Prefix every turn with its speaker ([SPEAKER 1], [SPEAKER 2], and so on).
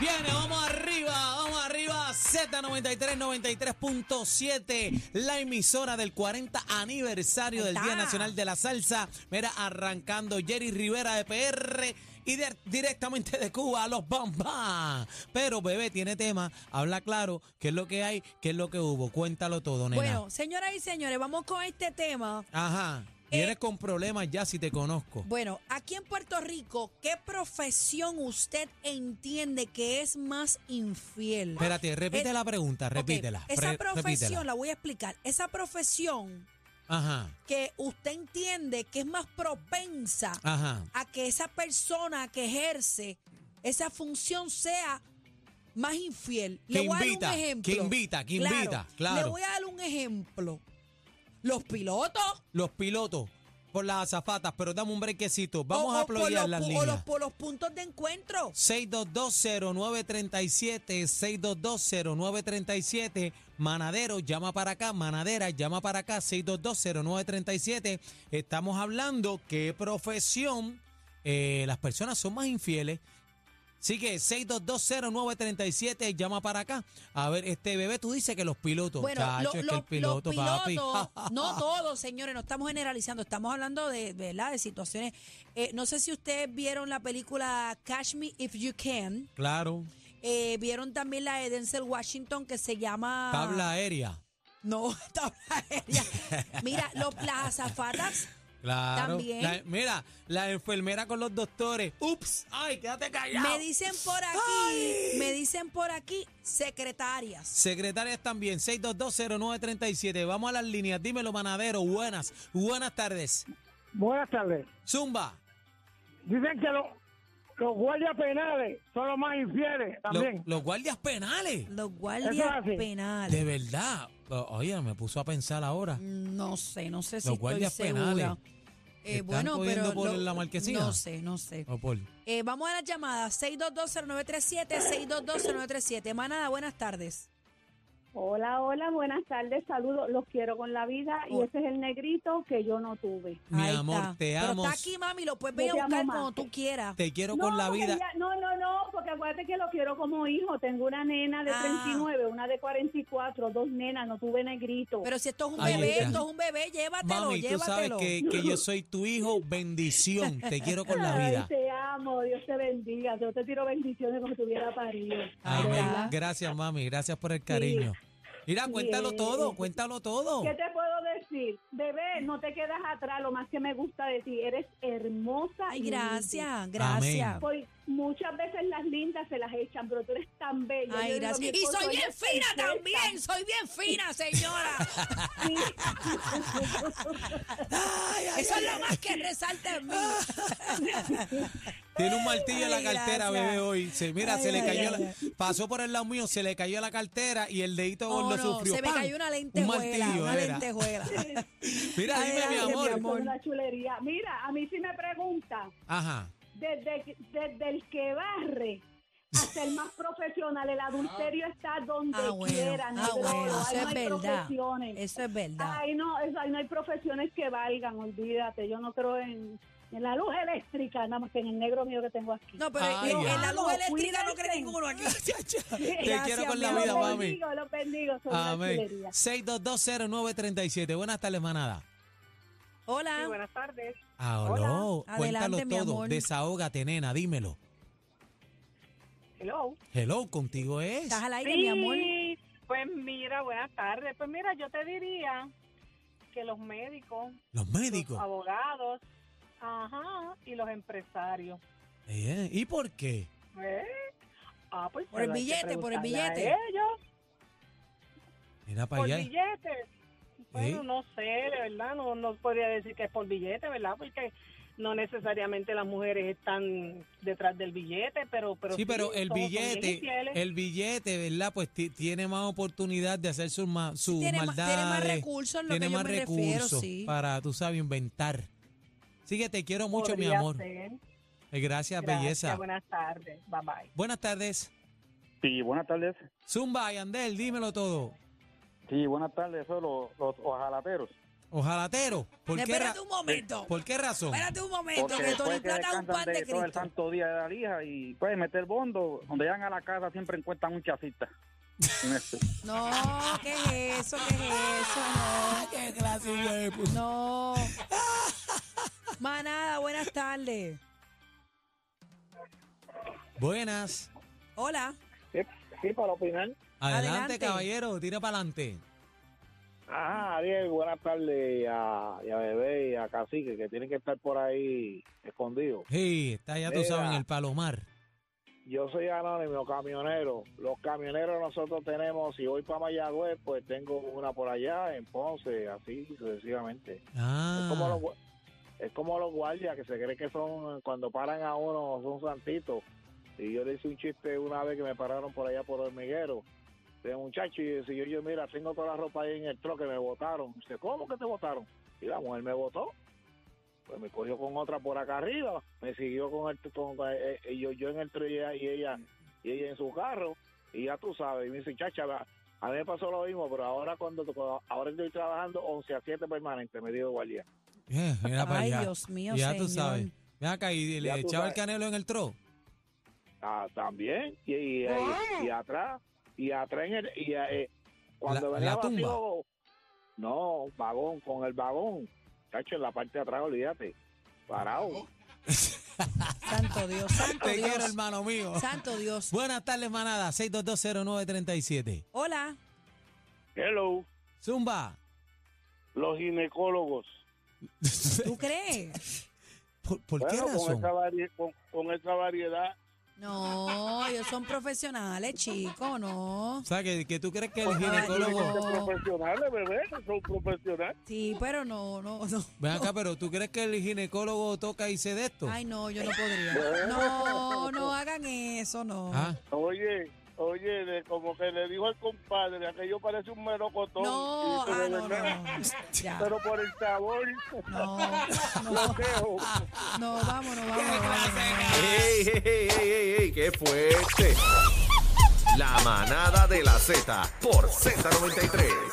[SPEAKER 1] Viene, vamos arriba, vamos arriba. Z93, 93.7, la emisora del 40 aniversario del
[SPEAKER 2] Ahí
[SPEAKER 1] Día
[SPEAKER 2] está.
[SPEAKER 1] Nacional de la Salsa. Mira, arrancando Jerry Rivera de PR y de- directamente de Cuba, los Bambam. Pero, bebé, tiene tema. Habla claro qué es lo que hay, qué es lo que hubo. Cuéntalo todo, nena.
[SPEAKER 2] Bueno, señoras y señores, vamos con este tema.
[SPEAKER 1] Ajá.
[SPEAKER 2] Eh.
[SPEAKER 1] Vienes con problemas ya si te conozco.
[SPEAKER 2] Bueno, aquí en Puerto Rico, ¿qué profesión usted entiende que es más infiel?
[SPEAKER 1] Espérate, repite
[SPEAKER 2] Eh,
[SPEAKER 1] la pregunta,
[SPEAKER 2] Ok,
[SPEAKER 1] repítela.
[SPEAKER 2] Esa
[SPEAKER 1] pre-
[SPEAKER 2] profesión,
[SPEAKER 1] repítela.
[SPEAKER 2] la voy a explicar. Esa profesión
[SPEAKER 1] Ajá,
[SPEAKER 2] que usted entiende que es más propensa
[SPEAKER 1] ajá.
[SPEAKER 2] a que esa persona que ejerce esa función sea más infiel. Le
[SPEAKER 1] Que
[SPEAKER 2] voy a
[SPEAKER 1] invita,
[SPEAKER 2] dar un ejemplo.
[SPEAKER 1] que invita, que invita, claro.
[SPEAKER 2] Le voy a dar un ejemplo. Los pilotos.
[SPEAKER 1] los pilotos por las azafatas, pero dame un brequecito. Vamos
[SPEAKER 2] o-
[SPEAKER 1] a
[SPEAKER 2] o por los
[SPEAKER 1] plodear las
[SPEAKER 2] pu- O los,
[SPEAKER 1] líneas.
[SPEAKER 2] por los puntos de encuentro.
[SPEAKER 1] 6220937, 6220937, Manadero, llama para acá, Manadera, llama para acá, 6220937. Estamos hablando qué profesión eh, las personas son más infieles. Así que 6220937, llama para acá. A ver, este bebé, tú dices que los pilotos,
[SPEAKER 2] lo-
[SPEAKER 1] chacho, es que
[SPEAKER 2] lo-
[SPEAKER 1] el piloto,
[SPEAKER 2] los
[SPEAKER 1] papi.
[SPEAKER 2] pilotos, no todos, señores, no estamos generalizando, estamos hablando de, ¿verdad? de situaciones. Eh, no sé si ustedes vieron la película Catch Me If You Can,
[SPEAKER 1] Claro,
[SPEAKER 2] Eh, vieron también la de Denzel Washington que se llama...
[SPEAKER 1] tabla aérea.
[SPEAKER 2] No, tabla aérea. Mira, lo- las azafatas,
[SPEAKER 1] Claro.
[SPEAKER 2] También.
[SPEAKER 1] La- mira, la enfermera con los doctores. Uh, Ups, ay, quédate callado.
[SPEAKER 2] me dicen por aquí,
[SPEAKER 1] Ay.
[SPEAKER 2] me dicen por aquí, secretarias.
[SPEAKER 1] Secretarias también, 6220937. Vamos a las líneas. Dímelo, manadero. Buenas, buenas tardes.
[SPEAKER 3] Buenas tardes.
[SPEAKER 1] Zumba.
[SPEAKER 3] Dicen que lo- los guardias penales son los más infieles
[SPEAKER 1] lo-
[SPEAKER 3] también.
[SPEAKER 1] los guardias penales.
[SPEAKER 2] Los
[SPEAKER 3] Eso es
[SPEAKER 2] guardias
[SPEAKER 3] así.
[SPEAKER 2] penales.
[SPEAKER 1] De verdad. O- Oye, me puso a pensar ahora.
[SPEAKER 2] No sé, no sé si
[SPEAKER 1] Los
[SPEAKER 2] Mm, estoy
[SPEAKER 1] guardias penales
[SPEAKER 2] segura. Eh,
[SPEAKER 1] que están cogiendo por la marquesina.
[SPEAKER 2] No sé, no sé.
[SPEAKER 1] O Oh, por-
[SPEAKER 2] Eh, vamos a las llamadas 6220937, 6220937. Manada, buenas tardes.
[SPEAKER 4] Hola, hola, buenas tardes, saludos, los quiero con la vida y
[SPEAKER 2] Oh.
[SPEAKER 4] ese es el negrito que yo no tuve.
[SPEAKER 1] Mi
[SPEAKER 2] Ahí
[SPEAKER 1] amor,
[SPEAKER 2] está.
[SPEAKER 1] te amo.
[SPEAKER 2] Pero está aquí, mami, lo puedes
[SPEAKER 4] Yo
[SPEAKER 2] venir a
[SPEAKER 4] te
[SPEAKER 2] buscar
[SPEAKER 4] amo,
[SPEAKER 2] cuando
[SPEAKER 4] ma.
[SPEAKER 2] tú quieras.
[SPEAKER 1] Te quiero con
[SPEAKER 4] No,
[SPEAKER 1] la
[SPEAKER 4] porque
[SPEAKER 1] vida.
[SPEAKER 4] ya- no, no, no, porque acuérdate que lo quiero como hijo, tengo una nena de
[SPEAKER 2] Ah.
[SPEAKER 4] 39, una de 44, dos nenas, no tuve negrito.
[SPEAKER 2] Pero si esto es un
[SPEAKER 1] Ahí
[SPEAKER 2] bebé,
[SPEAKER 1] está.
[SPEAKER 2] esto es un bebé, llévatelo,
[SPEAKER 1] Mami, tú sabes
[SPEAKER 2] llévatelo.
[SPEAKER 1] que, que yo soy tu hijo. Bendición. Te quiero con la
[SPEAKER 4] Ay,
[SPEAKER 1] vida.
[SPEAKER 4] te amo, Dios te bendiga, yo te tiro bendiciones como si hubiera parido.
[SPEAKER 2] Ahí
[SPEAKER 1] Amén.
[SPEAKER 2] está.
[SPEAKER 1] Ah, Gracias, mami. Gracias por el cariño. Mira, cuéntalo
[SPEAKER 4] Sí.
[SPEAKER 1] todo, cuéntalo todo.
[SPEAKER 4] ¿Qué te puedo decir? Bebé, no te quedas atrás, lo más que me gusta de ti, eres hermosa.
[SPEAKER 2] Ay,
[SPEAKER 4] y humilde.
[SPEAKER 2] gracias, gracias.
[SPEAKER 4] Porque muchas veces las lindas se las echan, pero tú eres tan bella.
[SPEAKER 2] Ay,
[SPEAKER 4] Yo digo, mi
[SPEAKER 2] gracias. Y
[SPEAKER 4] esposo,
[SPEAKER 2] soy bien
[SPEAKER 4] eres
[SPEAKER 2] fina
[SPEAKER 4] perfecta.
[SPEAKER 2] también, soy bien fina, señora.
[SPEAKER 4] Sí.
[SPEAKER 2] Eso es lo más que resalta en mí.
[SPEAKER 1] Tiene un martillo en la
[SPEAKER 2] Ay,
[SPEAKER 1] cartera,
[SPEAKER 2] gracias.
[SPEAKER 1] bebé, hoy. Se, mira,
[SPEAKER 2] Ay,
[SPEAKER 1] se le
[SPEAKER 2] ay,
[SPEAKER 1] cayó,
[SPEAKER 2] ay,
[SPEAKER 1] la- pasó por el lado mío, se le cayó la cartera y el dedito
[SPEAKER 2] Oh,
[SPEAKER 1] gordo
[SPEAKER 2] no,
[SPEAKER 1] sufrió.
[SPEAKER 2] se me
[SPEAKER 1] ¡Pam!
[SPEAKER 2] cayó una
[SPEAKER 1] Un
[SPEAKER 2] lentejuela,
[SPEAKER 1] martillo,
[SPEAKER 2] una
[SPEAKER 1] era. Mira,
[SPEAKER 2] lentejuela.
[SPEAKER 1] dime, mi
[SPEAKER 2] Adelante,
[SPEAKER 4] Ay,
[SPEAKER 1] amor.
[SPEAKER 4] mi amor, una chulería. Mira, a mí sí me pregunta,
[SPEAKER 1] Ajá.
[SPEAKER 4] desde, que- desde el que barre hasta el más profesional, el adulterio está donde
[SPEAKER 2] Ah, bueno,
[SPEAKER 4] quieran.
[SPEAKER 2] ah, bueno,
[SPEAKER 4] Eduardo. Ahí
[SPEAKER 2] eso
[SPEAKER 4] no
[SPEAKER 2] es
[SPEAKER 4] hay
[SPEAKER 2] verdad.
[SPEAKER 4] profesiones.
[SPEAKER 2] Eso es verdad.
[SPEAKER 4] Ay, no, eso, ahí no hay profesiones que valgan, olvídate. Yo no creo en, en la luz eléctrica, nada más que en el negro mío que tengo aquí.
[SPEAKER 2] No, pero
[SPEAKER 1] Ay,
[SPEAKER 2] en,
[SPEAKER 1] ya.
[SPEAKER 2] en la luz
[SPEAKER 4] Vamos,
[SPEAKER 2] eléctrica no
[SPEAKER 4] cuídense.
[SPEAKER 2] cree ninguno aquí.
[SPEAKER 1] Te
[SPEAKER 2] Gracias,
[SPEAKER 1] quiero con
[SPEAKER 2] mi
[SPEAKER 1] la
[SPEAKER 2] amor.
[SPEAKER 1] vida,
[SPEAKER 4] los
[SPEAKER 1] mami.
[SPEAKER 4] bendigo, los bendigo, son una
[SPEAKER 1] Amén.
[SPEAKER 4] chulería.
[SPEAKER 1] 6220937. Buenas tardes, manada.
[SPEAKER 2] Hola.
[SPEAKER 5] buenas tardes.
[SPEAKER 1] Aló.
[SPEAKER 2] Hola.
[SPEAKER 1] Cuéntalo
[SPEAKER 2] Adelante, mi
[SPEAKER 1] todo.
[SPEAKER 2] amor.
[SPEAKER 1] Desahógate, nena, dímelo.
[SPEAKER 5] Hello.
[SPEAKER 1] Hello, contigo es.
[SPEAKER 2] Estás al aire, mi amor.
[SPEAKER 5] Sí, Pues mira, buenas tardes. Pues mira, yo te diría que los médicos,
[SPEAKER 1] Los médicos.
[SPEAKER 5] los abogados, ajá, y los empresarios.
[SPEAKER 1] Eh, ¿Y por qué?
[SPEAKER 5] ¿eh? Ah, pues
[SPEAKER 2] Por el
[SPEAKER 5] pero hay que
[SPEAKER 2] billete, por el
[SPEAKER 5] preguntarle
[SPEAKER 2] billete.
[SPEAKER 5] a ellos,
[SPEAKER 1] Mira para
[SPEAKER 5] por
[SPEAKER 1] allá.
[SPEAKER 5] billete. Bueno,
[SPEAKER 1] Sí.
[SPEAKER 5] no sé, de verdad, no, no podría decir que es por billete, ¿verdad? Porque no necesariamente las mujeres están detrás del billete, pero... pero
[SPEAKER 1] Sí, pero el
[SPEAKER 5] todos son bien
[SPEAKER 1] billete,
[SPEAKER 5] infieles.
[SPEAKER 1] el billete, ¿verdad? Pues ti- tiene más oportunidad de hacer sus, ma- sus
[SPEAKER 2] Tiene, ma-
[SPEAKER 1] maldades.
[SPEAKER 2] tiene más recursos, en lo
[SPEAKER 1] tiene
[SPEAKER 2] que yo
[SPEAKER 1] más
[SPEAKER 2] me refiero,
[SPEAKER 1] recursos
[SPEAKER 2] sí.
[SPEAKER 1] para, tú sabes, inventar. Sí que te quiero mucho, mi
[SPEAKER 5] Podría
[SPEAKER 1] amor.
[SPEAKER 5] ser.
[SPEAKER 1] Eh, Gracias,
[SPEAKER 5] Gracias,
[SPEAKER 1] belleza.
[SPEAKER 5] Buenas tardes. Bye bye.
[SPEAKER 1] Buenas tardes.
[SPEAKER 6] Sí, buenas tardes.
[SPEAKER 1] Zumba, Yandel, dímelo todo.
[SPEAKER 6] Sí, buenas tardes. Son los, los ojalateros.
[SPEAKER 1] Ojalatero. ¿Por qué, ra- Eh,
[SPEAKER 2] Espérate un momento.
[SPEAKER 1] ¿Por qué razón?
[SPEAKER 2] Espérate un momento,
[SPEAKER 6] Porque
[SPEAKER 2] que Tony
[SPEAKER 6] después que
[SPEAKER 2] Plata es un pan
[SPEAKER 6] descansan
[SPEAKER 2] de
[SPEAKER 6] de todo el
[SPEAKER 2] Cristo.
[SPEAKER 6] santo día de la lija y pueden meter bondo, donde llegan a la casa siempre encuentran un chasista.
[SPEAKER 2] No, ¿qué es eso? ¿Qué es eso?
[SPEAKER 1] ¿Qué clase de huevo?
[SPEAKER 2] No. No. Manada, buenas tardes.
[SPEAKER 1] Buenas.
[SPEAKER 2] Hola.
[SPEAKER 3] Sí, para opinar.
[SPEAKER 1] Adelante,
[SPEAKER 2] Adelante.
[SPEAKER 1] caballero, tira para adelante.
[SPEAKER 3] Ajá, Ariel, buenas tardes a, y a Bebé y eh, a Cacique, que tienen que estar por ahí escondidos.
[SPEAKER 1] Sí, está ya tú
[SPEAKER 3] Mira.
[SPEAKER 1] sabes en el Palomar.
[SPEAKER 3] Yo soy anónimo, camionero. Los camioneros nosotros tenemos, si voy para Mayagüez, pues tengo una por allá, en Ponce, así sucesivamente. Es, como
[SPEAKER 1] Ah,
[SPEAKER 3] los, gua- es como los guardias que se cree que son, cuando paran a uno, son santitos. Y yo le hice un chiste una vez que me pararon por allá por hormiguero. De muchacho, y decía yo, yo, mira, tengo toda la ropa ahí en el troque, me botaron. Dice, ¿cómo que te botaron? Y la mujer me botó. Pues me cogió con otra por acá arriba, me siguió con el, con, con- eh, eh, yo, yo en el tro y ella, y ella, y ella en su carro. Y ya tú sabes, y me dice, chacha, va, a mí me pasó lo mismo, pero ahora cuando, cuando- ahora estoy trabajando 11 a 7 permanente, me dijo guardia.
[SPEAKER 1] eh, mira para
[SPEAKER 2] Ay,
[SPEAKER 1] allá.
[SPEAKER 2] Dios mío,
[SPEAKER 1] ya
[SPEAKER 2] señor.
[SPEAKER 1] tú sabes. Ven acá y le
[SPEAKER 3] Ya tú
[SPEAKER 1] echaba el
[SPEAKER 3] sabes.
[SPEAKER 1] canelo en el tro.
[SPEAKER 3] Ah, también. Y, y, y- y atrás, y atrás en el, y, eh, cuando
[SPEAKER 1] La-
[SPEAKER 3] venía
[SPEAKER 1] la tumba.
[SPEAKER 3] vacío, no, vagón, con el vagón, chacho, en la parte de atrás, olvídate, parado.
[SPEAKER 2] Santo Dios, santo
[SPEAKER 1] Te quiero,
[SPEAKER 2] Dios.
[SPEAKER 1] hermano mío.
[SPEAKER 2] Santo Dios.
[SPEAKER 1] Buenas tardes, manada. 6220937.
[SPEAKER 2] Hola.
[SPEAKER 7] Hello,
[SPEAKER 1] Zumba.
[SPEAKER 7] los ginecólogos.
[SPEAKER 2] ¿Tú crees?
[SPEAKER 1] ¿Por, por qué
[SPEAKER 7] Bueno, con
[SPEAKER 1] razón?
[SPEAKER 7] esa, varie- con, con esa variedad,
[SPEAKER 2] No, ellos son profesionales, chicos, no.
[SPEAKER 1] O sea, que, que tú crees que el
[SPEAKER 2] Ay,
[SPEAKER 1] ginecólogo...
[SPEAKER 2] no.
[SPEAKER 7] son profesionales, bebé, son profesionales.
[SPEAKER 2] Sí, pero no, no, no.
[SPEAKER 1] Ven acá, pero ¿tú crees que el ginecólogo toca y se de esto?
[SPEAKER 2] Ay, no, yo no podría. No, no hagan eso, no.
[SPEAKER 1] Ah,
[SPEAKER 7] Oye, oye, le- como que le dijo al compadre, aquello parece un merocotón.
[SPEAKER 2] No,
[SPEAKER 7] Y- pero,
[SPEAKER 2] ah, no,
[SPEAKER 7] ¿verdad?
[SPEAKER 2] no. Ya.
[SPEAKER 7] pero por el sabor,
[SPEAKER 2] No,
[SPEAKER 7] lo
[SPEAKER 2] no,
[SPEAKER 7] dejo.
[SPEAKER 2] no, vámonos, vámonos. vámonos.
[SPEAKER 8] ¡Ey, ey, ey, ey, ey, ey! ¡Qué fuerte! La manada de la Z por Z93.